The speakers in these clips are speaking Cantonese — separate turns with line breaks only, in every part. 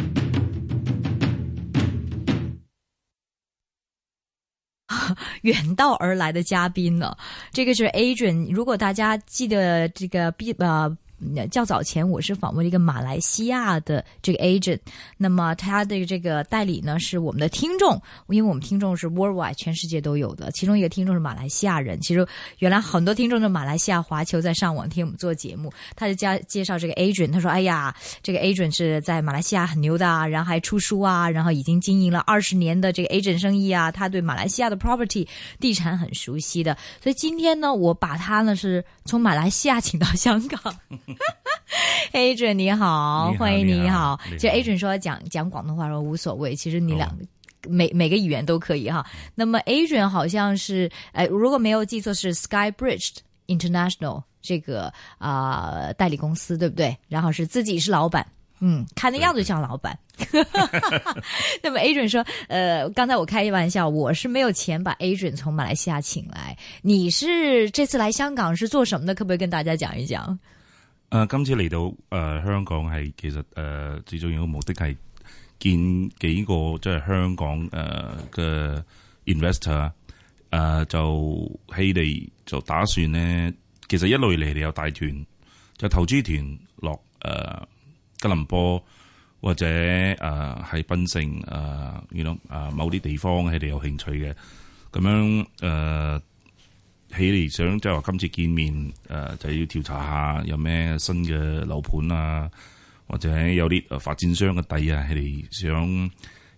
远道而来的嘉宾呢。这个是 Adrian，如果大家记得这个 B 呃。较早前，我是访问了一个马来西亚的这个 agent，那么他的这个代理呢是我们的听众，因为我们听众是 worldwide 全世界都有的，其中一个听众是马来西亚人。其实原来很多听众是马来西亚华侨在上网听我们做节目，他就介介绍这个 agent，他说：“哎呀，这个 agent 是在马来西亚很牛的，啊，然后还出书啊，然后已经经营了二十年的这个 agent 生意啊，他对马来西亚的 property 地产很熟悉的。”所以今天呢，我把他呢是从马来西亚请到香 港。Adrian 你好，
你好
欢迎
你
好
好。你好
其实 Adrian 说讲讲广东话说无所谓，其实你两、每每个语言都可以哈。那么 Adrian 好像是，呃，如果没有记错是 Skybridge International 这个啊、呃代理公司对不对？然后是自己是老板。嗯，看那样子像老板。 那么 Adrian 说，呃，刚才我开一玩笑，我是没有钱把 Adrian 从马来西亚请来。你是这次来香港是做什么的？可不可以跟大家讲一讲？
誒、啊今次嚟到誒、呃香港係其實誒、呃最重要嘅目的係見幾個即係香港誒呃嘅、investor 誒、就佢哋就打算咧，其實一路以嚟你有大團就投資團落誒、呃吉隆坡或者誒喺檳城誒，you know 誒某啲地方佢哋有興趣嘅，咁樣誒。呃起嚟想即係話今次見面，誒、就要調查下有咩新嘅樓盤啊，或者有啲呃發展商嘅底啊，佢哋想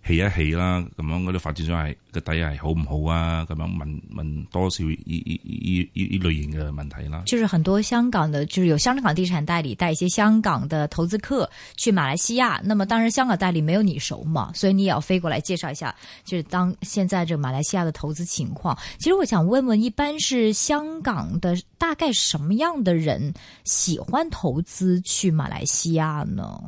起一起啦，咁樣嗰啲發展商係嘅底係好唔好啊？咁樣問問多少依依依依依類型嘅問題啦。
就是很多香港的，就是有香港地产代理带一些香港的投资客去马来西亚。那么当然，香港代理没有你熟嘛，所以你也要飞过来介绍一下，就是当现在这马来西亚的投资情况。其实我想问问，一般是香港的大概什么样的人喜欢投资去马来西亚呢？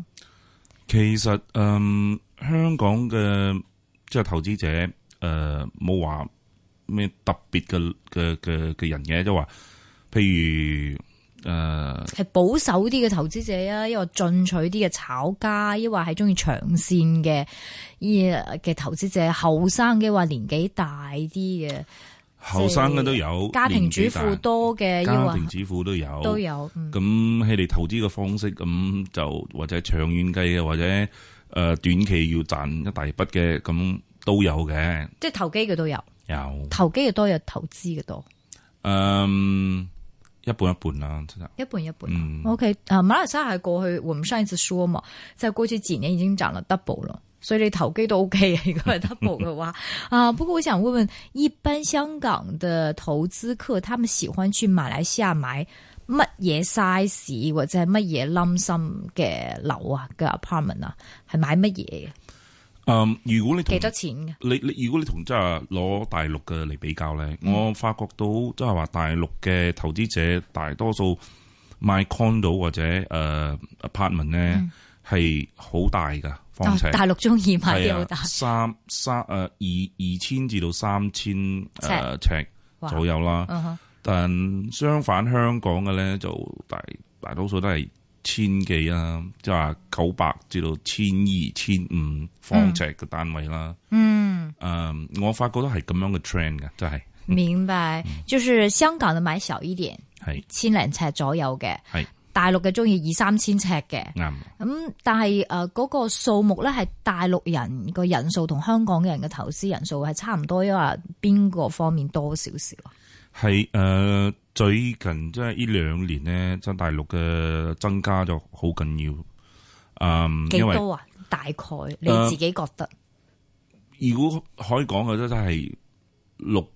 其實嗯，香港嘅即係投資者誒冇話咩特別嘅嘅嘅嘅人嘅，即係話譬如誒。呃
係保守啲嘅投資者啊，抑或進取啲嘅炒家，抑或係中意長線嘅而嘅投資者，後生嘅話年紀大啲嘅。
後生嘅都有，
家庭主婦
年紀
多嘅，
大
要
家
啊
庭主婦都有，
都。有，嗯
咁佢哋投資嘅方式，咁就或者係長遠計嘅，或者誒、呃短期要賺一大筆嘅，咁都有嘅，
即係投機嘅都有，
有。
投機嘅多，有投資嘅多，
嗯，一半一半啦，真係。
一半一半。
嗯，
OK，啊，馬來西亞係過去我們上一次說嘛，在過去幾年已經漲了 double 了。所以你投機都 OK 嘅，如果係 double 嘅 話，啊，不過我想問問，一般香港的投資客，他們喜歡去馬來西亞買乜嘢 size 或者係乜嘢 lump sum 嘅樓啊嘅 apartment 啊，係買乜嘢嘅？
嗯，如果你同
幾多錢嘅？
你你如果你同即係攞大陸嘅嚟比較咧，我發覺到即係話大陸嘅投資者大多數買 condo 或者誒、呃 apartment 咧係好大噶方尺
啊，大陸中意買
係
啲好
啊
大，
三三呃誒二二千至到三千誒尺
哇
左右啦。
嗯哼
但相反香港嘅咧就大大多數都係千幾啊，即係話九百至到千二千五方尺嘅單位啦。嗯，誒、我發覺都係咁樣嘅 trend 嘅，真係
明白，就是香港嘅買少一點，
係
千零尺左右嘅，
係
大陸嘅中意二三千尺嘅，咁、
啱。
但係誒嗰個數目咧係大陸人個人數同香港人嘅投資人數係差唔多，因為邊個方面多少少啊？
係誒、呃最近即係呢兩年咧，即係大陸嘅增加咗好緊要。嗯，
幾
因為
多啊？大概你
呃
自己覺得？
如果可以講嘅咧，都係六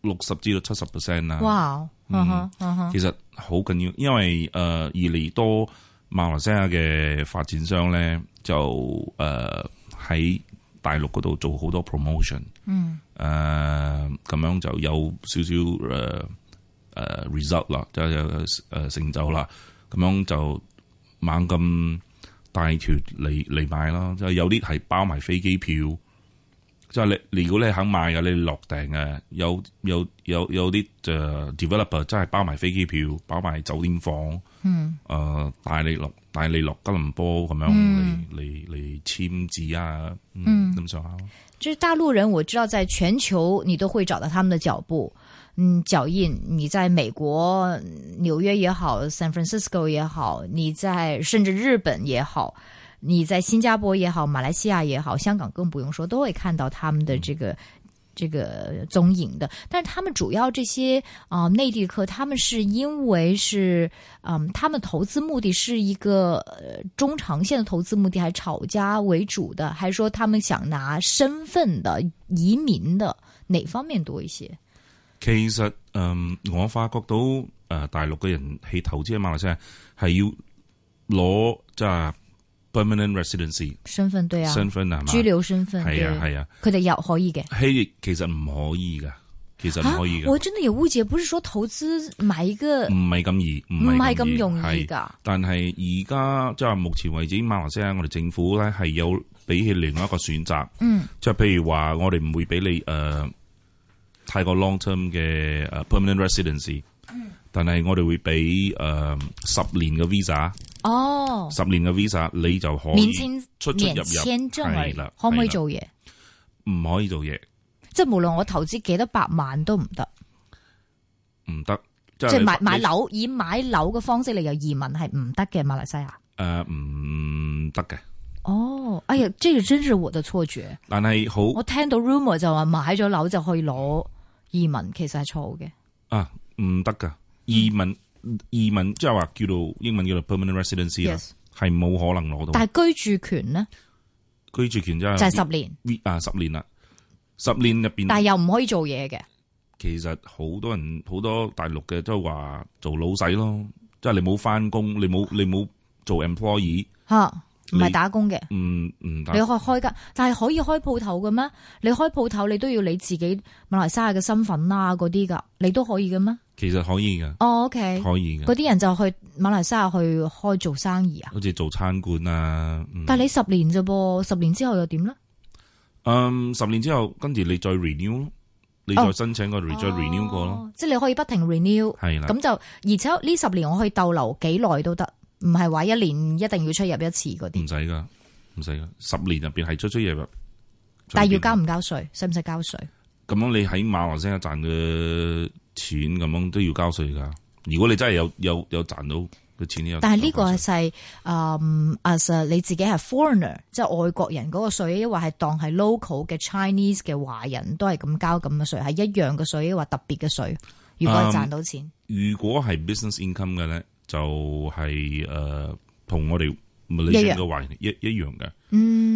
六十至到七十 percent 啦。！
哇，嗯哼嗯哼，
其實好緊要，因為誒、呃越嚟越多馬來西亞嘅發展商咧，就誒喺、大陸嗰度做好多 promotion。嗯。誒、呃咁樣就有少少誒誒、呃 result 啦，就有誒、呃成就啦。咁樣就猛咁帶團嚟嚟買啦，即係有啲係包埋飛機票。即係你，如果你肯買嘅，你落訂嘅，呃有有有有啲誒 developer 真係包埋飛機票，包埋酒店房，
嗯
誒、帶你落帶你落吉隆坡咁樣
嗯
嚟嚟嚟簽字啊，
嗯
嗯咁上下咯。
就是大陆人，我知道在全球你都会找到他们的脚步，嗯，脚印。你在美国嗯纽约也好，San Francisco 也好，你在甚至日本也好，你在新加坡也好，马来西亚也好，香港更不用说，都会看到他们的这个。这个踪影的，但是他们主要这些啊、呃内地客，他们是因为是嗯、他们投资目的是一个呃中长线的投资目的，还是炒家为主的，还是说他们想拿身份的移民的哪方面多一些？
其實誒、嗯我發覺到誒、大陸嘅人去投資喺馬來西亞係要攞即係 permanent residency
身份对啊，
身份係嘛？
居留身份
係
对
啊係啊，
佢哋有可以嘅。
希其實唔可以㗎，其實
啊
唔可以！嗯
我
㗎，
真的有误解，不是说投资买一个嗯
唔係咁易，唔
唔
係
系咁容易
係
㗎。
但係而家即係目前為止，馬來西亞我哋政府咧係有比起另外一個選擇，
嗯，
即係譬如話，我哋唔會俾你誒、呃太過 long term 嘅誒、呃 permanent residency，、但係我哋會俾誒、呃十年嘅 visa，
哦，
十年嘅 visa 你就可
免
以
签
出出入
免
入
签证而已
係啦，
可唔可以
係啦
做嘢？
唔可以做嘢，
即系无论我投资几多百万都唔得，
唔得，即
即系
你
买买
你
楼以买楼嘅方式嚟由移民系唔得嘅，马来西亚。
誒唔得嘅。
哦，哎呀，这个真是我的错觉。
但係好
我聽到 rumor 就話買咗樓就可以攞移民，其實係錯嘅。
啊，唔得噶，移民移民即係話叫做英文叫做 permanent residency 啦
Yes，
係冇可能攞到
但係居住權呢，
居住權，即
就係
係
十年，
啊十年啦，十年入邊。
但係又唔可以做嘢嘅。
其實好多人好多大陸嘅都話做老細咯，即係你冇翻工，你冇你冇做 employee，
吓，唔係
你
打工嘅。
唔唔
你
得，
可以開間，但係可以開鋪頭嘅咩？你開鋪頭你都要你自己馬來西亞嘅身份啊嗰啲㗎，你都可以嘅咩？
其實可以嘅，
哦，OK，
可以啊
嗰
嘅，
啲人就去馬來西亞去開做生意啊。
好似做餐館啊，嗯
但係你十年啫噃，十年之後又點呢？
嗯十年之後，跟住你再 renew 咯，你
哦
再申請個 re 再 renew 過咯，
哦，即係你可以不停 renew。
係啦，
咁就而且呢十年我可以逗留幾耐都得，唔係話一年一定要出入一次嗰啲。
唔使噶，唔使噶，十年入邊係出出入入，
但係要交
隨
唔交税，使唔使交税？
便咁樣你喺馬來西亞賺嘅錢咁樣都要交税噶，如果你真係有有有賺到嘅錢有，
但係呢個
有交稅
係誒 as 你自己係 foreigner，即係外國人嗰個税，抑或係當係 local 嘅 Chinese 嘅華人都係咁交咁嘅税，係一樣嘅税，抑或特別嘅税。如
嗯
果係賺到錢，
如果係 business income 嘅咧，就係誒同我哋
一
Malaysia
樣
嘅華人一一樣嘅。
嗯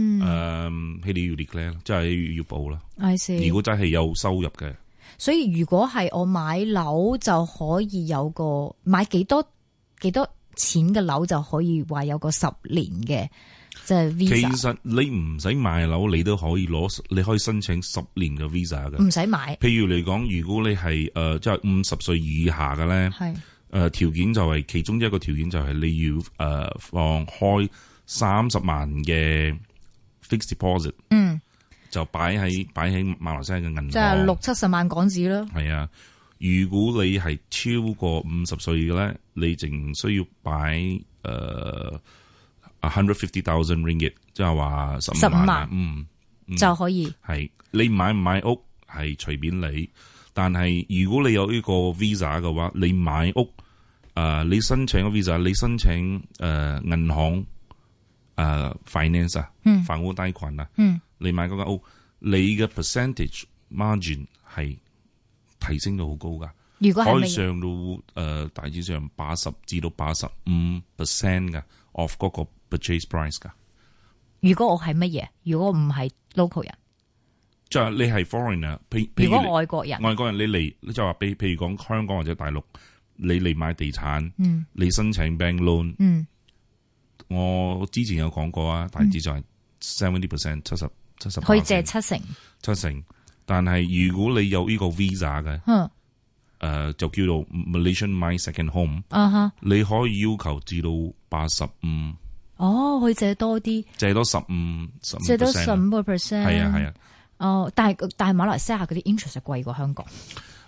誒，佢哋要 declare 啦即係要要報啦。
，I see
如果真係有收入嘅，
所以如果係我買樓就可以有個買幾多幾多錢嘅樓就可以話有個十年嘅即係
其
visa，
實你唔使買樓，你都可以攞，你可以申請十年嘅 visa 嘅。
唔使買，
譬如嚟講，如果你係誒即係五十歲以下嘅咧，
係
誒呃條件就係其中一個條件就係你要誒放開三十萬嘅 fixed deposit，
嗯，
就擺喺擺喺馬來西亞嘅銀行。
即係六七十萬港紙啦。
系啊，如果你係超過五十歲嘅咧，你淨需要擺诶 hundred fifty thousand ringgit，即係話十
15
五萬
萬
啊。嗯，
就可以，
係你買唔買屋係隨便你，但係如果你有呢個 visa 嘅話，你買屋诶、呃你申請個 visa，你申請诶银、銀行诶、呃 finance 啊，
嗯
房屋貸款啊，
嗯，
你買嗰間屋，你嘅 percentage margin 係提升到好高㗎。
如果係
可以
咩嘢？
上到誒、呃大致上八十至到八十五 percent 嘅 off 嗰個 purchase price 噶，
如果我係乜嘢？如果唔係 local 人，
即係你係 foreigner，譬譬
如果
如
外國人
你，外國人你嚟，即係話譬譬如講香港或者大陸，你嚟買地產，
嗯
你申請 bank loan，
嗯，
我之前有講過啊，大致上係 seventy percent 七十七
嗯
十
可以借七成，
七成，但係如果你有呢個 visa 嘅，誒、呃
嗯
就叫做 Malaysian my second home，
啊哈，
你可以要求至到八十五。
哦，可以借多啲，
借多十五十五
借多十五個 percent，
係啊係
啊，
啊，
哦，但係但係馬來西亞嗰啲 interest 係貴過香港，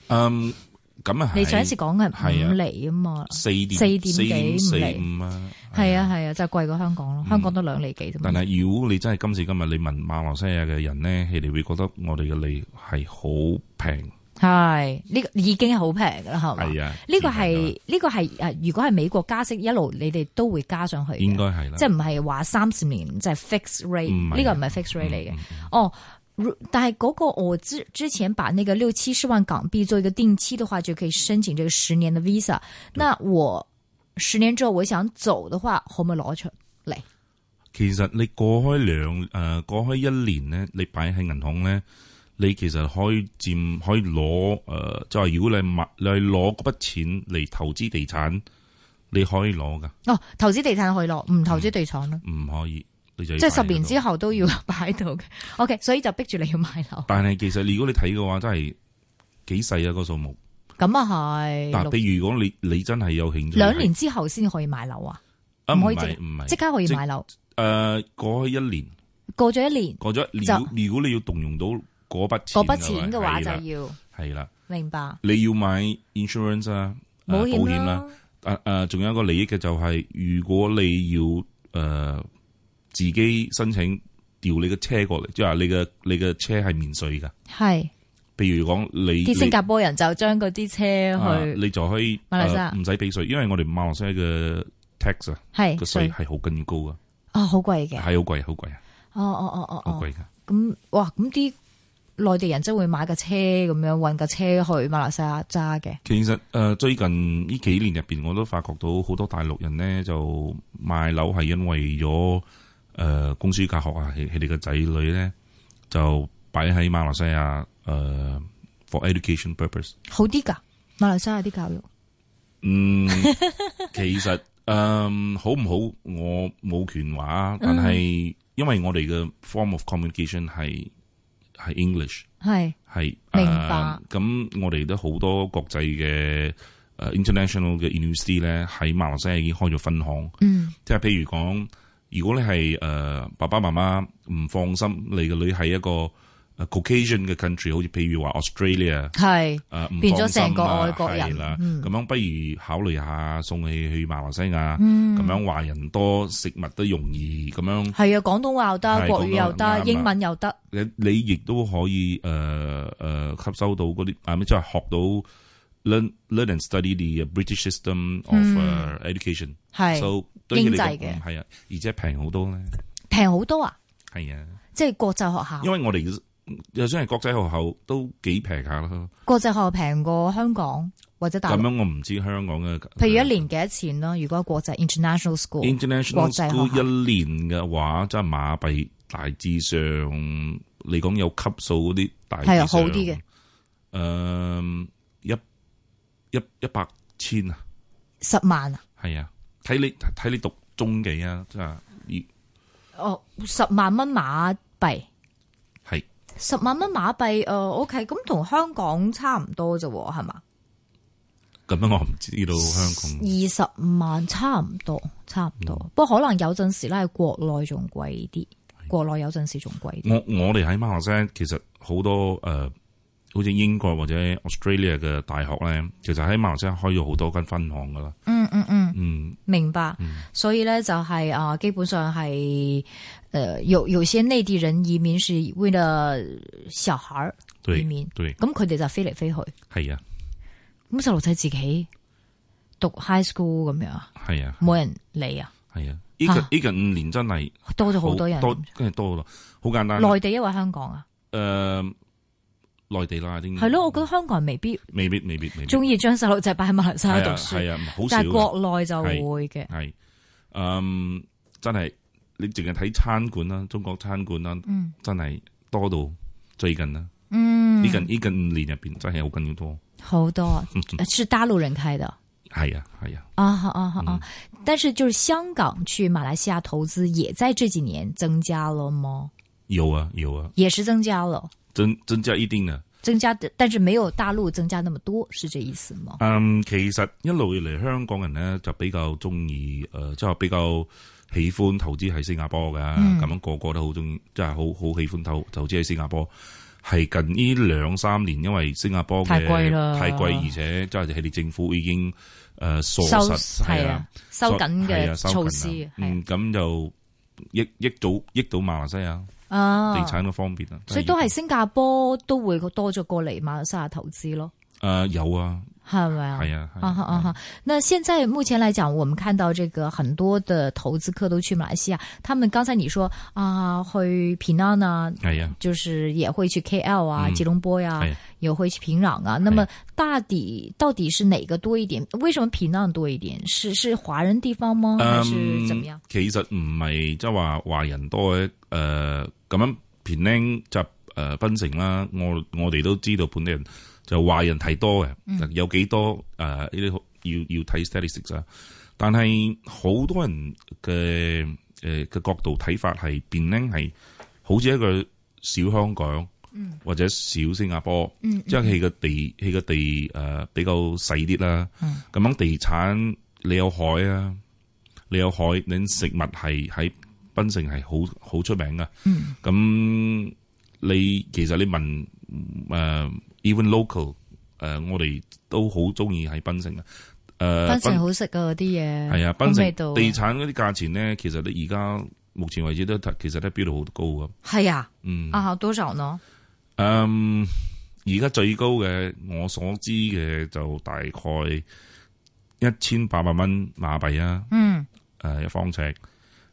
嗯，咁啊係，
你上一次講嘅係
係啊
五厘啊嘛，
四點
四點幾
四
五厘
五啊，
係啊係啊，就貴過香港咯，香港都兩厘幾啫嘛
嗯但。係如果你真係今時今日你問馬來西亞嘅人咧，佢哋會覺得我哋嘅利係好平，
係呢個已經係好平噶啦，係嘛？
係啊，
呢個
平㗎啦
係呢個係誒，如果係美國加息一路，你哋都會加上去嘅，
應該係啦，
即係唔係話三十年即係 fixed
唔
rate，
係
呢個唔係啊 fixed rate 嚟嘅。哦，如但係嗰個我之之前把那個六七十萬港幣做一個定期的話，就可以申請這個十年的 visa。那我十年之後我想走的話，可唔可以攞出嚟？
其實你過開兩誒、呃、過開一年咧，你擺喺銀行咧，你其實可以佔可以攞誒，即係如果你買你攞嗰筆錢嚟投資地產，你可以攞噶，
哦，投資地產可以攞，嗯唔投資地產咯，
唔可以你就要
即係十
擺喺
年
度
之後都要 擺喺度嘅。OK，所以就逼住你要買樓。
但係其實如果你睇嘅話，真係幾細啊個數目。
咁啊係，
但
六
譬如講你你真係有興趣，
兩年之後先可以買樓啊，
啊
唔
唔
可以
係唔係
即刻可以買樓。
誒呃過去一年
過咗一年，
過咗一
就
年，如果如果你要動用到嗰筆錢
嗰筆錢嘅話
係啦
就要
係啦，
明白
你要買 insurance 啊，誒
保
保
險
險啦
啦。。
誒誒，仲、有一個利益嘅就係、如果你要誒、呃自己申請調你嘅車過嚟，即係話你嘅你嘅車係免稅㗎。
係
譬如講你
啲新
你
加坡人就將嗰啲
啊
車去
你就可以
馬來西亞
呃唔使俾稅，因為我哋馬來西亞嘅 tax 啊
係
個稅係好緊要高啊，
啊，好貴嘅
係。好貴好貴啊，
哦哦哦哦
好
哦，
貴㗎。
咁哇，咁啲內地人真會買架車咁樣運架車去馬來西亞揸嘅。
其實誒、呃最近呢幾年入邊，我都發覺到好多大陸人咧就賣樓係因為咗誒、呃公司教學啊，佢佢哋嘅仔女咧就擺喺馬來西亞誒、呃 for education purpose。
好啲噶，馬來西亞啲教育
嗯，其實誒、嗯好唔好我冇權話，啊但係因為我哋嘅 form of communication 係係 English。
係
係
明
呃咁、我哋都好多國際嘅誒、呃 international 嘅 university 咧，喺馬來西亞已經開咗分行。
嗯
即係譬如講，如果你係誒、呃爸爸媽媽唔放心你嘅女係一個呃 Caucasian 嘅 country，好似譬如話 Australia
係
誒、唔
變
放
咗
心
成個
啊
外國人
係啦，咁、
嗯
樣不如考慮下送佢去馬來西亞，咁、
嗯
樣華人多食物都容易，咁樣
係啊，廣東話又得，
係
國語又
廣東話
得，
啱啊
英文又得，
你你亦都可以誒誒、呃呃吸收到嗰啲啊，即係學到 learn learn and study the British system of、
嗯
uh, education。
係
So 對於你
經
嚟
濟
講
嘅
係啊，而且平好多咧，
平好多啊！
係啊，
即係國際學
因
校，
為我哋就算係國際學校都幾平下啦。
國際學校平過香港或者大
咁
陸。
樣我唔知香港嘅，
譬如一年幾多錢咯？如果國際 international school，國際學
international
校
school 一年嘅話，即係馬幣大致上嚟講有級數嗰啲大致
係啊
上
好啲嘅，
誒一一一百千啊。
十萬啊！
系啊，睇你睇你讀中幾啊，即係
哦，十萬蚊馬幣，
係
十萬蚊馬幣，誒、o k 咁同香港差唔多啫喎，係嘛？
咁樣，我唔知道香港
二十萬差唔多，差唔多。
嗯
不過可能有陣時咧，國內仲貴啲，國內有陣時仲貴啲。
我我哋喺馬來西亞其實好多诶、呃好似英國或者 Australia 嘅大學咧，其實喺馬來西亞開咗好多間分行噶啦。
嗯嗯嗯，
嗯，
明白。所以咧就係、啊、基本上係誒、呃有有些內地人移民是為了小孩儿移
對
民，
對，
咁佢哋就飛嚟飛去。
係啊，
咁細路仔自己讀 high school 咁樣啊，
係啊，
冇人理啊，
係啊。呢個
啊
呢個五年真係
多咗好多人。
多嗯跟住多咯，好簡單。
內地因為香港啊，
诶，內地啦，啲
係咯，我覺得香港人未必
嗯未必未必未必
中意將細路仔擺喺馬來西亞
係
讀
啊
書，
係啊，好少
但係
㗎。
國內就會嘅。
系，嗯，真系你淨係睇餐館啦，中國餐館啦，
嗯
真係多到最近啦，
嗯
呢，近嗯呢近五年入边真係好緊要多，
好多啊是大陸人開的
係啊係啊，
啊啊啊啊！但是就是香港去馬來西亞投資也在這幾年增加了嗎？
有啊有啊，
也是增加了，
增增加一定啊。
增加的，但是沒有大陸增加那麼多，是這意思嗎？
嗯，其實一路以嚟香港人咧就比較中意诶，呃即、係比較喜
嗯
歡投資喺新加坡噶，咁、樣個個都好中意，即係好好喜歡投投資喺新加坡。係近呢兩三年，因為新加坡嘅
太貴啦
太貴，而且即係佢哋政府已經誒疏
收
實
係啊，收緊
係
嘅
啊收緊啊
措施係
嗯，咁就益益到益到馬來西亞地
啊，
產嗰方面啊，
所以都係新加坡都會多咗過嚟馬來西亞投資咯，
誒有啊，
係咪啊？
係啊，係
啊哈啊哈！那现在目前来讲，我们看到这个很多的投资客都去马来西亚，他们刚才你说啊，去平安啊，
係啊，
就是也会去 KL 啊、
嗯
吉隆坡呀、
哎
也会去平壤啊。那么大抵到底是哪个多一点？为什么平壤多一点？是是华人地方
嗯
吗？还是怎么样？
其實唔係即係話華人多嘅，誒、咁樣偏靚就誒檳城啦，我我哋都知道本地人就華人係多嘅，有幾多誒呢啲好要要睇 statistics 啊。但係好多人嘅誒嘅角度睇法係變靚係好似一個小香港，或者小新加坡，
嗯
即係佢個地佢個地誒、呃比較細啲啦。
嗯
咁樣地產你有海啊，你有海，你食物係喺檳城係好好出名噶。
嗯
咁你其實你問誒、呃 even local 誒、我哋都好中意喺檳城啊。誒
檳城好食啊，嗰啲嘢
係啊，
好
檳城
味道啊
地產嗰啲價錢咧，其實你而家目前為止都其實都飆到好高噶。
系啊
嗯，
啊多少呢？
嗯，而家最高嘅我所知嘅就大概一千八百蚊馬幣啊。
嗯，
誒、一方尺。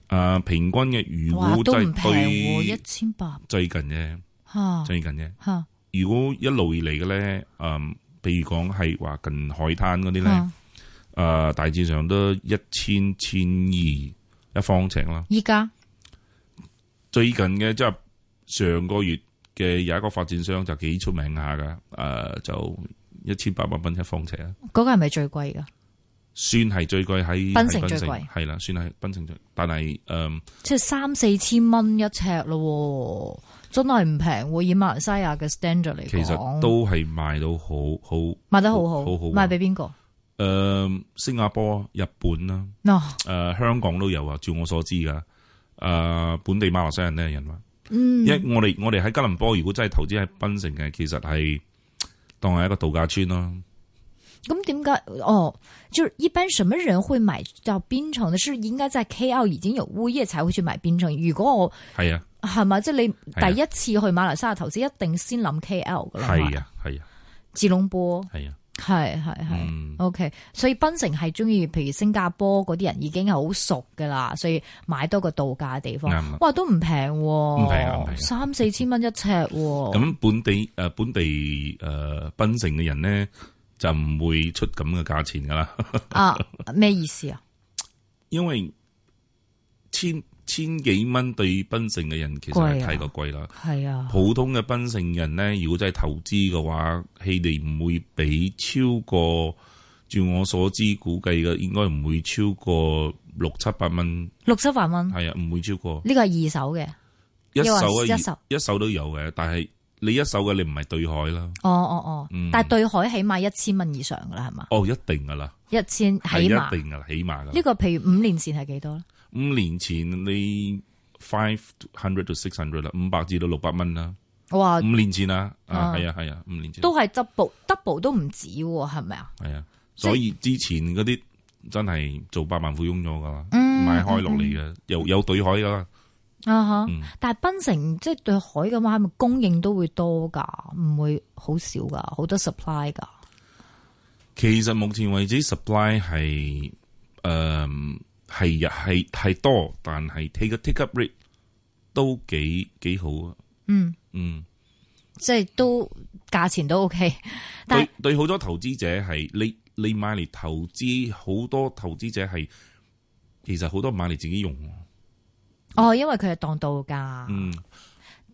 誒、啊平均嘅如
哇
果
都
真
唔平喎，
係對
一哦千八
最近嘅
吓
最近嘅，
吓
如果一路以嚟嘅咧，誒、譬如講係話近海灘嗰啲咧，誒、
吓，
大致上都一千千二一方尺啦。
依家
最近嘅即係上個月嘅有一個發展商就幾出名下㗎，誒、呃就一千八百蚊一方尺啊，
嗰個係咪最貴噶？
算係最貴喺
檳城
喺
最貴
係啦，算係檳城最，但係誒。嗯
即係三四千蚊一尺咯喎，真係唔平喎，以馬來西亞嘅 standard 嚟講，
其實都係賣到好好，誒、
賣得好好，
好好啊
賣俾邊個？
新加坡、日本啦，
嗱、
誒、香港都有啊。照我所知噶，誒、本地馬來西亞人咧人話，
嗯
因，為我哋我哋喺吉隆坡，如果真係投資喺檳城嘅，其實係當係一個度假村咯。
咁點解？哦，就是一般什麼人會買到邊城呢？是應該在 KL 已經有物業才會去買邊城。如果我
係啊，
係咪即係你
係啊
第一次去馬來西亞投資，一定先諗 KL 噶啦，係
係
嘛
啊，係啊，
吉隆坡
係啊，
係係係。
嗯，
OK，所以檳城係中意，譬如新加坡嗰啲人已經係好熟噶啦，所以買多個度假嘅地方
啱，啊。
哇都唔平喎，唔
唔平啊唔平啊
三四千蚊一尺喎。
咁本地誒、本地誒、呃檳城嘅人咧，就唔會出咁嘅價錢噶啦。
啊咩意思啊？
因為千千幾蚊對檳城嘅人其實
貴
係
啊
太過貴啦。
係啊，
普通嘅檳城人咧，如果真係投資嘅話，佢哋唔會俾超過，照我所知估計嘅，應該唔會超過六七百蚊，
六七萬蚊，
係啊，唔會超過
呢個係二手嘅。
一手啊，
一手
一手都有嘅，但係你一手嘅你唔係對海啦，
哦哦哦，
嗯
但系對海起碼一千蚊以上噶啦，係嘛？
哦，一定噶啦，
一千
係
起
一
碼
定噶啦，起碼噶
呢
啦。
個譬如五年前係幾多咧？
五年前你 five hundred to six hundred 啦，五百至到六百蚊啦，
哇
五，年前啊，啊
啊
係啊係啊，五年前
哦都係 double double 都唔止喎，係咪啊？
系啊，
即係
所以之前嗰啲真係做百萬富翁咗噶啦，
嗯
買開落嚟嘅，有有對海噶啦，
啊哈！
嗯
但係檳城即係對海嘅話，係咪供應都會多㗎？唔會好少㗎，好多 supply 㗎。
其實目前為止 supply 係呃诶系系系多，但係 take 個 take up rate 都幾幾好啊。
嗯，
嗯，
即係都價錢都 OK，但
對對好多投資者係你你買嚟投資，好多投資者係其實好多買嚟自己用喎。
哦，因為佢係當度假，
嗯，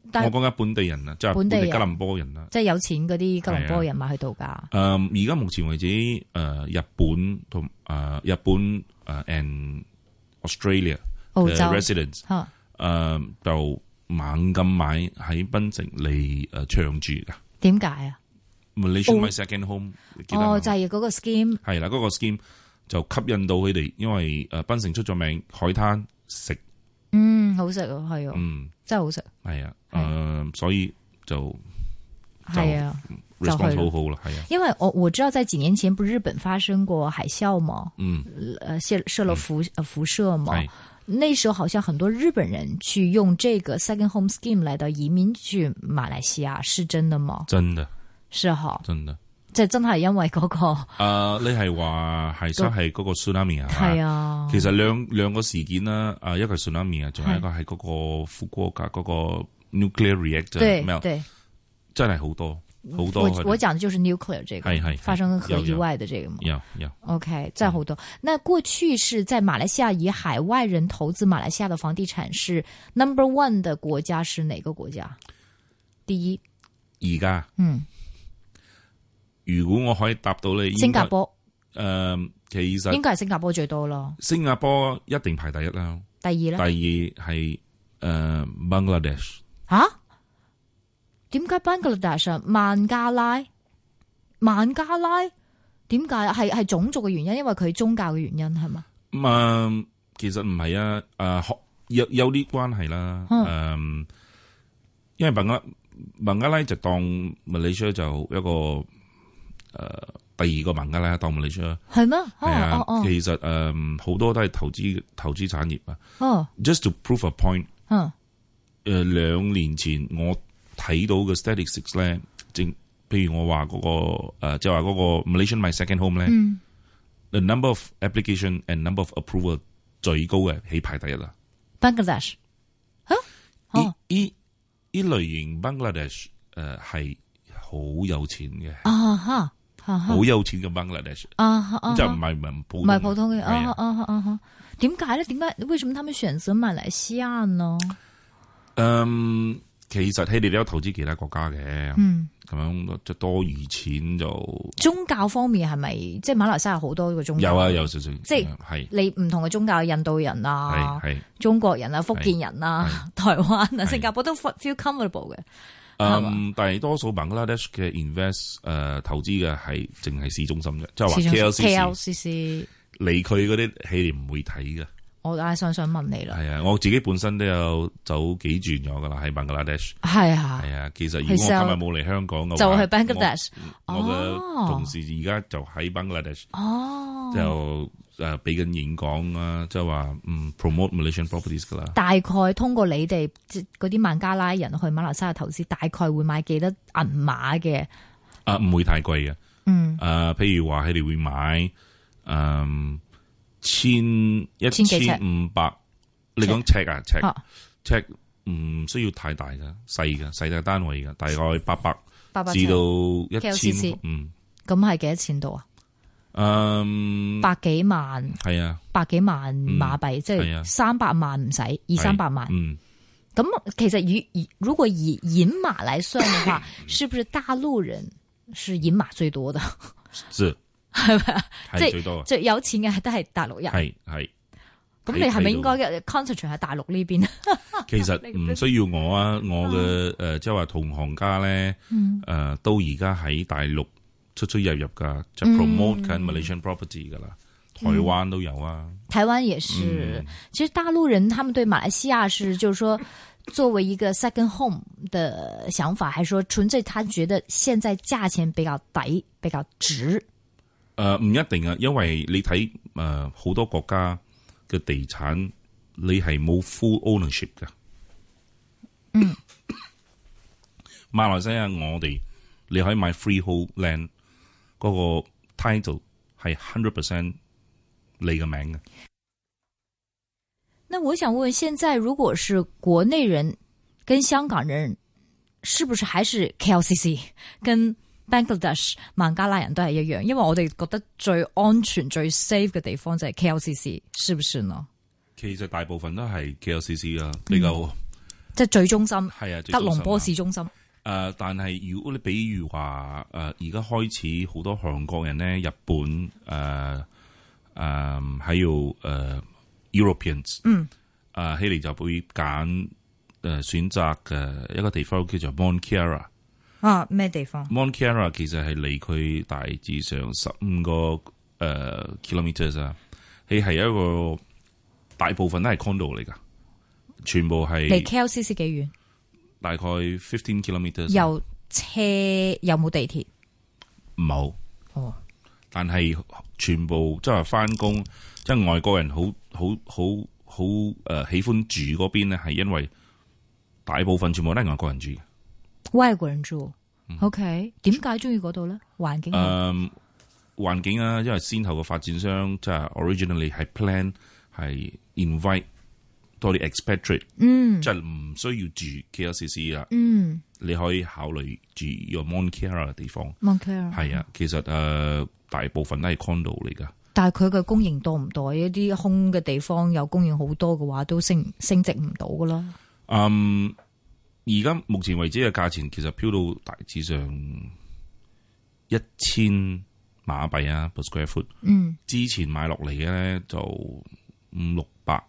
我
但係
講緊本地人啊，即係
本
本
地
地吉
人
林波人啦。
即係有錢嗰啲吉隆坡人買去度假。
誒而家目前為止，誒、日本同誒、日本誒、and Australia
澳
嘅
洲
residents 誒、
嚇
就猛咁買喺檳城嚟誒長住㗎。
點解啊？
Malaysia
澳
my second home，你記得
哦，
嘛
就係嗰個 scheme
係啦，嗰、個 scheme 就吸引到佢哋，因為誒檳城出咗名，海灘食，
哦嗯好食啊，係啊，
嗯呃
真係好食。
係啊，誒、所以就
係啊，
就
就
response
係
好好啦，係啊，
因为我我知道在几年前不是日本发生过海啸嘛，
嗯，
呃，泄射了辐呃辐射嘛，
係
那时候好像很多日本人去用这个 second home scheme 来到移民去马来西亚，是真的吗？
真嘅，
是哈，
真嘅。
即系真系因为嗰、個
啊，你係話係真係嗰個 tsunami
个
係嘛
系啊，
其實兩兩個事件啦，啊，一個係 tsunami 啊，仲有一個係嗰個福岡格嗰個 nuclear
对
reactor melt，
对，
真係好多好多
我
佢哋
我讲的就是 nuclear 这
係係
个
係
发生核
有有
意外的这个嘛。
有有
OK，在好多。那过去是在马来西亚以海外人投资马来西亚的房地产是 number one 的国家是哪个国家？第一，
而家
嗯，
如果我可以答到你，應該
新加坡
誒，其
應
實
該係新加坡最多咯。
新加坡一定排第一啦，
第二咧
第二係誒 Bangladesh。
吓？啊點解 Bangladesh 啊孟加拉？孟加拉點解啊係係種族嘅原因？因為佢宗教嘅原因係嘛？
咁啊、其實唔係啊，诶、學有有啲關係啦，诶、因為孟加孟加拉就當 Malaysia 就一個诶、呃第二個孟加拉當 Malaysia
係咩？
係啊，
哦哦
其實诶好、多都係投資投資產業啊。
哦哦，
Just to prove a point，
嗯
诶、呃、兩年前我睇到嘅 statistics 咧，正譬如我話嗰、個个呃即係話嗰個 Malaysian my second home 咧、
嗯
t h e number of application and number of approval 最高嘅起排第一啦。
，Bangladesh 嚇
呢
哦
呢呢類型 Bangladesh 誒係好有錢嘅，
啊哈啊哈
好有錢嘅 Bangladesh
啊哈啊哈
就唔係唔係普
唔係普通嘅，
係
啊
啊
啊啊啊！點解咧？點解？為什麼他們選擇馬來西亞呢？
嗯，其實佢哋都有投資其他國家嘅，
嗯，
咁樣即係多餘錢就
宗教方面係咪即係馬來西亞好多個宗教？
有啊，有少少，
嗯即係
係
你唔同嘅宗教，印度人啊
係、係
中國人啊、福建人啊、台灣啊、
係
新加坡都 feel comfortable 嘅。係嘛
嗯，但係多數 Bangladesh 嘅 invest 誒投資嘅係淨係市中心啫，即係話
始終
KLCC
KLCC，
離佢嗰啲佢哋唔會睇嘅。
我啱想想問你啦，
係啊，我自己本身都有走幾轉咗噶啦，喺 Bangladesh。
係啊，
係啊，其實如果我今日冇嚟香港嘅話，
就去 Bangladesh
我。我嘅同
哦
事而家就喺 Bangladesh
哦，
就誒俾緊演講啊，即係話嗯 promote Malaysian properties 噶啦。
大概通過你哋即嗰啲孟加拉人去馬來西亞投資，大概會買幾多銀碼嘅？
啊，唔會太貴嘅。
嗯，
誒，呃譬如話佢哋會買誒千一
千幾尺
千五百，你講尺啊尺
哦
尺唔需要太大㗎，細㗎，細嘅單位㗎，大概八百
八百
至
尺
到一
KLCC
千嗯。
咁係幾多錢度啊？
嗯，
百幾萬，
係啊，
百幾萬馬幣，即
係
係
啊
三百萬唔使，二
二
三百萬。
嗯。
咁其實以以如果以銀碼來算嘅話，是不是大陸人是銀碼最多的？
是係
即係
最多嘅，
最有錢嘅都係大陸人。
係係。
咁你係咪應該
睇
concentrate 喺大陸呢邊？
到？其實唔需要我啊，我嘅誒即係話同行家咧，誒都而家喺大陸出出入入噶，就 promote 緊 Malaysian property 噶啦，台嗯灣都有啊。
台灣也嗯是。其實大陸人他們對馬來西亞是，就是說作為一個 second home 的想法，還是說純粹他覺得現在價錢比較抵，比較值。
誒唔一定啊，因為你睇誒好多國家嘅地產，你係冇 full ownership 噶。嗯，馬來西亞我哋你可以買 freehold land 嗰個 title 係 hundred percent 你嘅名嘅。
那我想問，現在如果是國內人跟香港人，是不是還是 KLCC 跟 Bangladesh 孟加拉人都係一樣？因為我哋覺得最安全、最 safe 嘅地方就係 KLCC，是不是呢？
其實大部分都係 KLCC 啊，比較
即係最中心，
係啊，
吉嗯隆坡市中心。
誒、但係如果你比如話誒，而、家開始好多韓國人咧、日本誒誒、呃還有誒、呃 Europeans，
嗯，
誒希利就會揀誒、呃、選擇嘅一個地方叫做 Mont Kiara。
啊，咩地方？
Mont Kiara 其實係離佢大致上十五個誒、呃 kilometers 啊，佢係一個大部分都係 condo 嚟㗎，全部
離
係
KLCC 幾遠？
大概 fifteen kilometers 啊。
由車有冇地鐵？
冇，
哦，
但係全部即係翻工，即係外國人好好好好誒喜歡住嗰邊咧，係因為大部分全部都係外國人住嘅。
外國人住。OK，點解中意嗰度咧？環境
誒、
好
嗯環境啊，因為先後嘅發展商即係 originally 係 plan 係 invite 多啲 expatriate，
嗯
即係唔需要住 KLCC 啦，
嗯
啊你可以考慮住 your Montclair 嘅地方。
，Montclair
係啊，其實誒、呃大部分都係 condo 嚟㗎。
但係佢嘅供應多唔多？一啲空嘅地方有供應好多嘅話，都升升值唔到噶啦。
嗯，而家目前為止嘅價錢其實飄到大致上一千馬幣啊，per square foot。
嗯
之前買落嚟嘅咧就五六百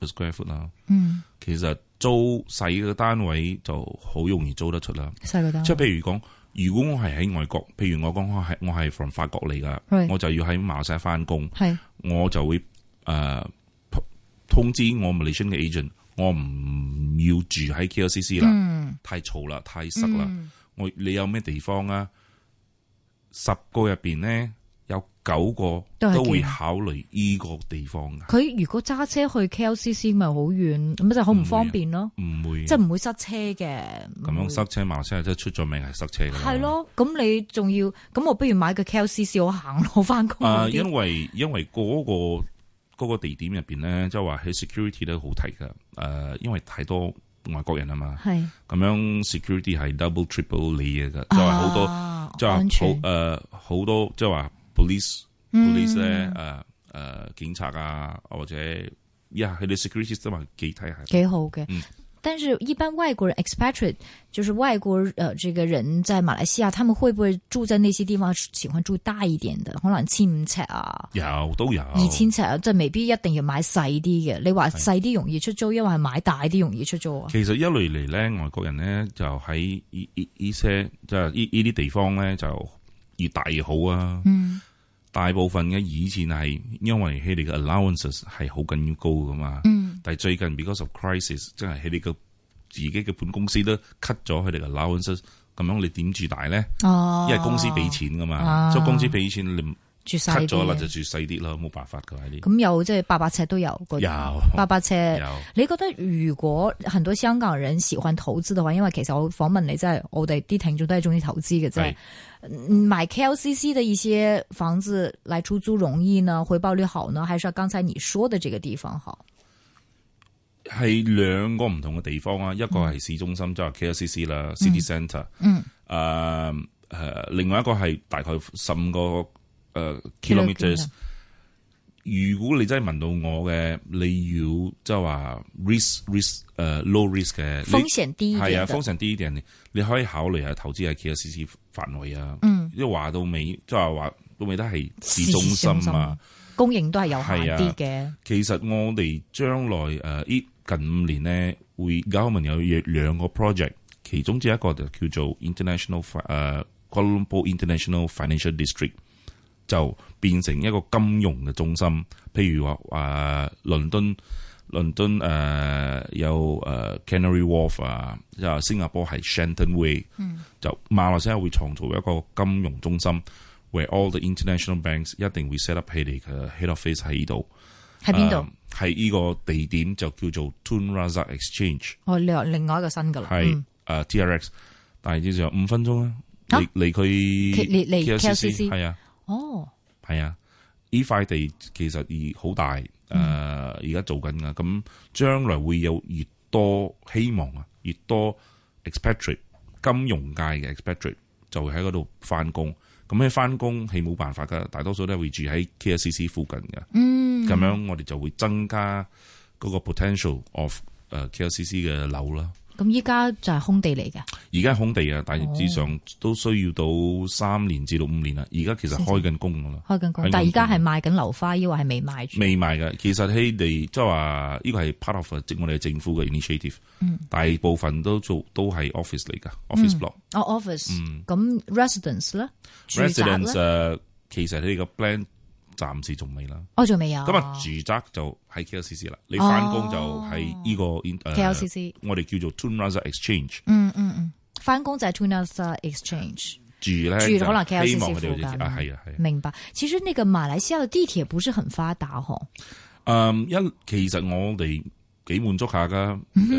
per square foot 啦。
嗯，
其實租細嘅單位就好容易租得出啦。
細個單
即係譬如講，如果我係喺外國，譬如我講我係我係 from 法國嚟㗎，
係
我啊就要喺馬來西亞翻工。
係
我就會誒、呃通通知我 Malaysian 嘅 agent，我唔要住喺 KLCC 啦，
嗯
太嘈啦，太塞啦。
嗯
我你有咩地方啊？十個入邊咧，有九個
都係
都會
KL
考慮依個地方噶，
佢如果揸車去 KLCC 咪好遠，咁就好唔方便咯，
唔會啊
即係唔會塞車嘅。嗯
咁樣塞車。馬來西亞真係出咗名係塞車㗎啦。
係咯，咁你仲要咁我不如買個 KLCC 我行路翻工
啊、
好啲
因為因為嗰、個嗰個地點入邊咧，即係話喺 security 都好睇㗎。誒、因為太多外國人啊嘛。
係
咁樣 security 係 double triple 你嘅啫，即係話好多，
啊
即係
安全嗯
話好誒好多，即係話 police police 咧誒誒警察啊，或者呀佢哋 security system 係幾睇下，
几好嘅。
嗯
但是，一般外国人 expatriate 就是外国呃这个人在马来西亚，他们会不会住在那些地方喜欢住大一點嘅？可能千五尺啊、
有都有
二千尺啊，即係未必一定要買細啲嘅。你話細啲容易出租，因為係買大啲容易出租啊？
其實一路嚟咧，外國人咧就喺依依依些即係依依啲地方咧就越大越好啊。
嗯
大部分嘅以前係因為佢哋嘅 allowances 係好緊要高噶嘛。
嗯
但係最近 because of crisis，即係佢哋嘅自己嘅本公司都 cut 咗佢哋嘅 allowances，咁樣你點住大咧？
哦，
因為公司俾錢噶嘛，
啊
所以公司俾錢你
住細
cut
啲
咗啦，就
嘅，
住細啲啦，冇辦法噶喺呢啲。
咁有即係八百尺都有嗰啲八
有
百尺。
有
你覺得如果很多香港人喜歡投資嘅話，因為其實我訪問你，真係我哋啲聽眾都係中意投資嘅啫
係。
嗯買 KLCC 的一些房子來出租容易呢，回報率好呢，還是剛才你說的這個地方好？
係兩個唔同嘅地方啊，一個係市中心，即係 KLCC 啦，City Centre。
嗯
誒誒，另外一個係大概十五個誒
Kilometres
kilometers。如果你真係問到我嘅，你要即係話 risk risk 誒 low risk 嘅，
風
你
險低一
係
點
啊，
的
風險低啲人，你可以考慮下投資喺 KLCC 範圍啊。
嗯，
因為話到尾，即係話到尾都係市中心啊。
供應都係有限啲嘅。
其實我哋將來誒依、近五年呢，會 government 有兩個 project，其中之一個就叫做 International 誒、呃、Kuala Lumpur International Financial District，就變成一個金融嘅中心。譬如話誒、呃倫敦。倫敦誒、呃有誒、呃 Canary Wharf 啊，即係新加坡係 Shenton Way，、就馬來西亞會創造一個金融中心，where all the international banks 一定會 set up 起嚟嘅 head office 喺呢度。
喺邊度？？
啊喺呢個地點就叫做 Tun Razak Exchange，
哦，另另外一個新噶啦。
係啊
嗯
誒 TRX，但係至少有五分鐘啊，
啊
離離佢
離離 KLCC
係啊
哦，
係啊，呢塊地其實而好大誒，呃而家做緊噶，咁將來會有越多希望啊，越多 expatriate 金融界嘅 expatriate 就會喺嗰度翻工，咁喺翻工係冇辦法噶，大多數都係會住喺 KLCC 附近嘅。
嗯，
咁樣我哋就會增加嗰個 potential of 呃誒 KLCC 嘅樓啦。
咁依家就係空地嚟嘅。
而家空地啊，大致上都需要到三年至到五年啦。而家其實開緊工噶啦，
開緊工
喺，
但係而家
廣
係賣緊樓花，抑或係未賣住？
未賣㗎。其實佢哋即係話呢個係 part of 呃即我哋政府嘅 initiative。大
嗯
部分都做都係 office 嚟㗎 office block。
哦，office，咁 residence 咧，住宅
嗯 residence 啊
咧，
誒，其實佢哋個 plan 暫時仲未啦。
我仲未有。
咁啊，住宅就喺 KLCC 啦。你
哦
翻工就喺呢個 in- 呃誒
KLCC，
我哋叫做 Tun Razak Exchange。
嗯嗯嗯，翻工就係 Tuna Exchange。
住咧
住
就
可能 KLCC
希望佢哋
附近
啊，係啊係啊。
明白。其實那個馬來西亞的地鐵不是很發達嗬，
嗯，一其實我哋幾滿足下噶，誒、
嗯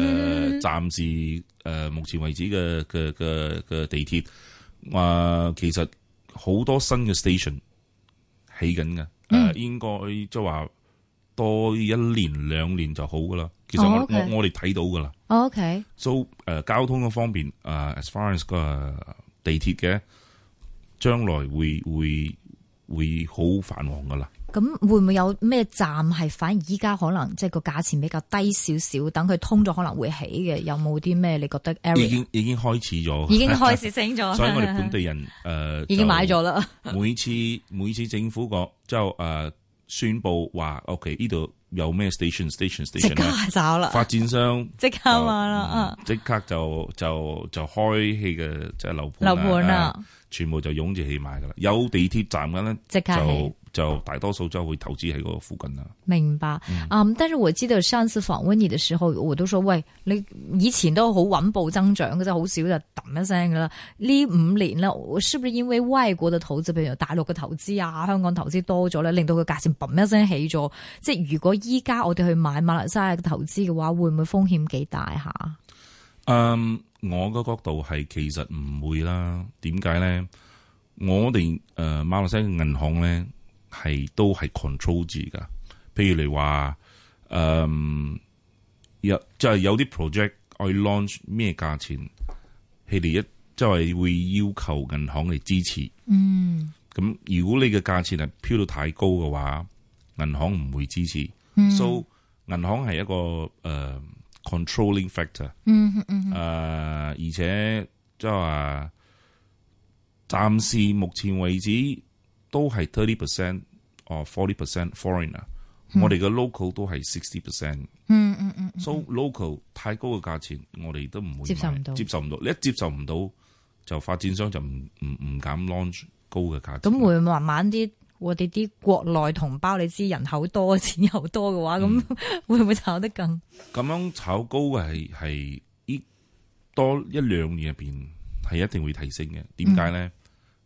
呃，暫時誒、呃目前為止嘅嘅嘅嘅地鐵，啊、其實好多新嘅 station 起緊嘅，誒、
嗯
呃，應該即係話多一年兩年就好噶啦。其實我、
哦，OK
我我哋睇到噶啦。
O K，
so 誒、呃交通嗰方面，誒、as far as 個呃地鐵嘅，將來會會會好繁忙噶啦。
咁會唔會有咩站係反而依家可能即係個價錢比較低少少，等佢通咗可能會起嘅？有冇啲咩你覺得
已
area
經已經開始咗，
已經開始升 咗啦？
所以我哋本地人誒、呃
已經買咗。啦。
就每次每次政府個就誒呃宣佈話，OK 呢度有咩 station station
即
station
刻
咧，
買走啦，
發展商
即刻
就
買啦，啊，
嗯即刻就就就開起嘅即係樓盤
樓盤
啊，
啦，
全部就湧住起買噶啦。有地鐵站嘅咧，
即刻起
就就大多數州會投資喺嗰個附近啊啦。
明白。嗯，但是我記得上次訪問你嘅時候，我都說喂，你以前都好穩步增長嘅啫，好少就揼一聲噶啦。呢五年咧，我是不是因為外國嘅投資，譬如大陸嘅投資啊、香港投資多咗咧，令到個價錢嘣一聲起咗？即係如果依家我哋去買馬來西亞嘅投資嘅話，會唔會風險幾大下？
嗯，我個角度係其實唔會啦。點解咧？我哋誒、呃、馬來西亞嘅銀行咧係都係 control 住噶。譬如你話誒有即係有啲 project 我 launch 咩價錢，佢哋一即係會要求銀行嚟支持。
嗯
咁如果你嘅價錢係飄到太高嘅話，銀行唔會支持。
嗯
so 銀行係一個誒、呃 controlling factor。
嗯嗯
誒、呃而且即係話，暫時目前為止都係 thirty percent or forty percent foreigner，、我哋嘅 local 都係 sixty percent。
嗯嗯嗯，
so local 太高嘅價錢，我哋都唔會
接受唔
買
到
接受唔到。你一接受唔到，就發展商就唔唔唔敢 launch 高嘅價錢。
咁會慢慢啲。我哋啲國內同胞，你知人口多、錢又多嘅話，咁、 會唔會炒得更
咁樣炒高嘅係係依多一兩年入邊係一定會提升嘅。點解咧？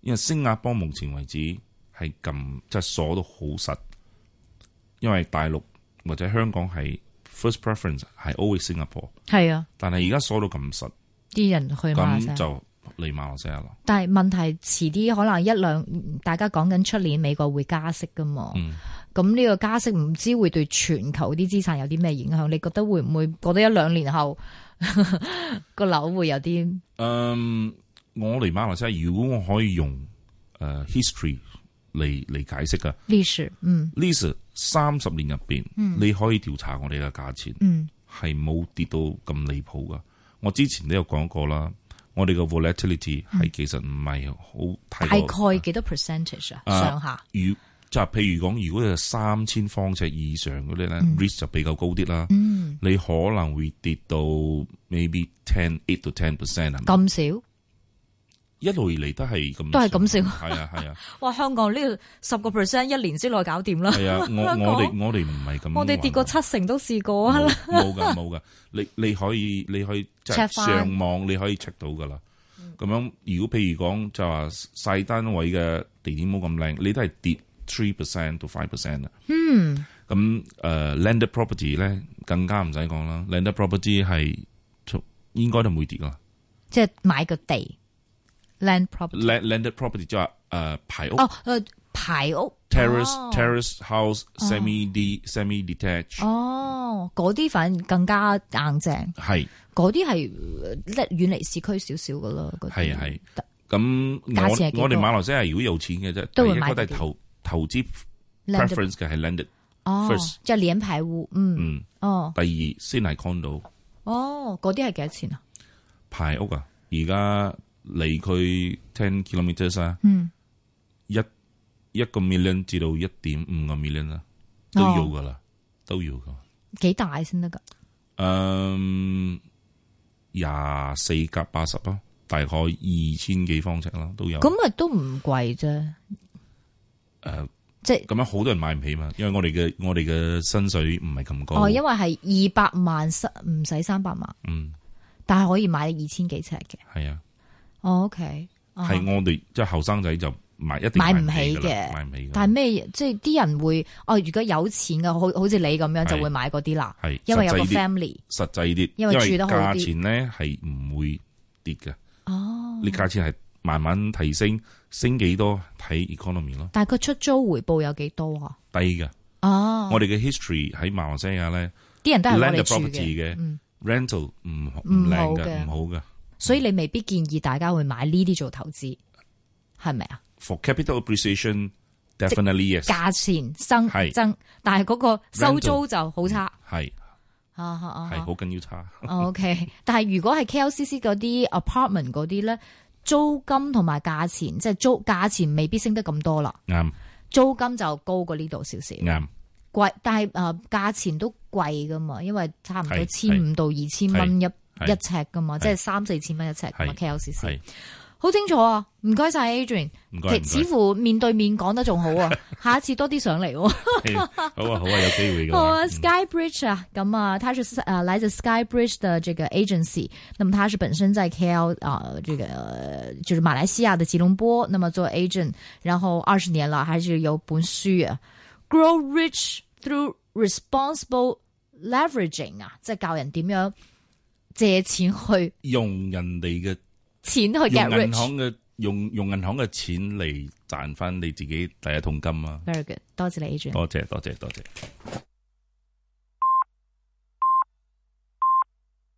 因為新加坡目前為止係撳即係鎖到好實，因為大陸或者香港係 first preference 係 always 新加坡，
係啊，
但係而家鎖到咁實，
啲人去馬來西
咁
亞，
就嚟馬來西亞咯。
但係問題遲啲可能一兩，大家講緊出年美國會加息噶嘛。
嗯
咁呢、個加息唔知會對全球啲資產有啲咩影響？你覺得會唔會過得一兩年後 個樓會有啲
嗯，我嚟馬來西亞，如果我可以用誒、呃 history 嚟嚟解釋嘅
歷史？嗯
呢三十年入邊，你可以調查我哋嘅價錢。
嗯
係冇跌到咁離譜噶。我之前都有講過啦，我哋個 volatility 係其實唔係好
大
太過
嗯概幾多 percentage 啊？
啊
上下
如即係譬如講，如果你係三千方尺以上嗰啲咧，risk 就比較高啲啦。
嗯
你可能會跌到 maybe ten eight to ten percent 啊，
咁少？
一路以嚟都係咁，
都係咁少
係啊係啊
哇！香港呢個十個 percent 一年之內搞掂啦，
係啊！ 我
香港
我哋我哋唔係咁，
我哋跌過七成都試過啊！
冇 冇噶冇噶，你你可以你可以即係
Check 返嗯
上網你可以 check 到噶啦。咁樣如果譬如講就話細單位嘅地點冇咁靚，你都係跌 three percent 到 five percent 啊。
嗯，
咁誒、呃 landed property 咧更加唔使講啦，landed property 係從應該都唔會跌噶。
即係買個地 land property
land landed property 即係誒排屋
哦，誒排屋
terrace
哦
terrace house semi d semi detached
哦，嗰啲反而更加硬淨，
係
嗰啲係呃即係遠離市區少少噶啦。嗰啲
係啊係咁
價錢係幾
我
高
我哋馬來西亞如果有錢嘅啫，
都會
第一
買
個都係
呢啲
投投資
landed-
preference 嘅係 landed，
哦
first，
即係連排戶，嗯，
嗯，
哦，
第二先係 condo
哦，嗰啲係幾多錢啊？
排屋啊，而家離佢 ten kilometers 啊，
嗯，
一一個 million 至到一點五個 million 啦，都
哦
要噶啦，都要噶，
幾大先得噶？
哦嗯，廿四夾八十啊，大概二千幾方尺啦，都有，
咁咪都唔貴啫，
誒
即係
咁樣好多人買唔起嘛，因為我哋嘅我哋嘅薪水唔係咁高
哦，，因為係二百萬唔使三百萬，
嗯，
但係可以買二千幾尺嘅。
係啊。
哦，OK，啊哈
係我哋即係後生仔就買一定
買唔
起
起
㗎啦
嘅
買唔起㗎啦。
但係咩？即係啲人會哦，如果有錢嘅，好好似你咁樣
係
就會買嗰啲啦，
係
因為有個
實際啲
family
實際啲，因
因為
為
住得好啲
價錢咧係唔會跌嘅，
哦。
呢價錢係慢慢提升，升幾多睇 economy 咯，
但係佢出租回報有幾多啊？
低嘅。
哦，
我哋嘅 history 喺馬來西亞咧
啲人都係我
，land
哋
and
住
property
嘅，
嘅
嗯，
rental 唔唔
唔好
靚
嘅
嘅，唔好嘅。
所以你未必建議大家會買呢啲做投資，係咪啊？
For capital appreciation definitely yes，
價錢增
係
增，但係嗰個收租就好差。
係
啊啊啊
係好緊要差。
O K，但係如果係 K L C C 嗰啲 apartment 嗰啲咧，租金同埋價錢，即係租價錢未必升得咁多啦，
啱
租金就高過呢度少少，
啱
貴，但係誒價錢都貴噶嘛，因為差唔多
係
千五到二千蚊一
係
一尺噶嘛，
係
即係三四千蚊一尺噶嘛
係
，K L C C
係
好清楚啊，唔該晒 Adrian，
唔 該唔
其似乎面對面講得仲好啊， 下一次多啲上嚟喎。
該， 好啊好啊，有機會 嘅嗯
好
話
啊。，Skybridge 啊，咁啊，他是呃来自 Skybridge 的这个 agency，那么他是本身在 KL 啊、呃这个呃就是马来西亚的吉隆坡，那么做 agent，然后二十年了，还是有本书啊，Grow Rich Through Responsible Leveraging 啊，即係教人點樣借錢去
用人哋嘅
錢去
用
get
銀
rich。
行嘅用用銀行嘅錢嚟賺翻你自己第一桶金啊！
Very good，多謝你 agent。
多謝多謝多謝。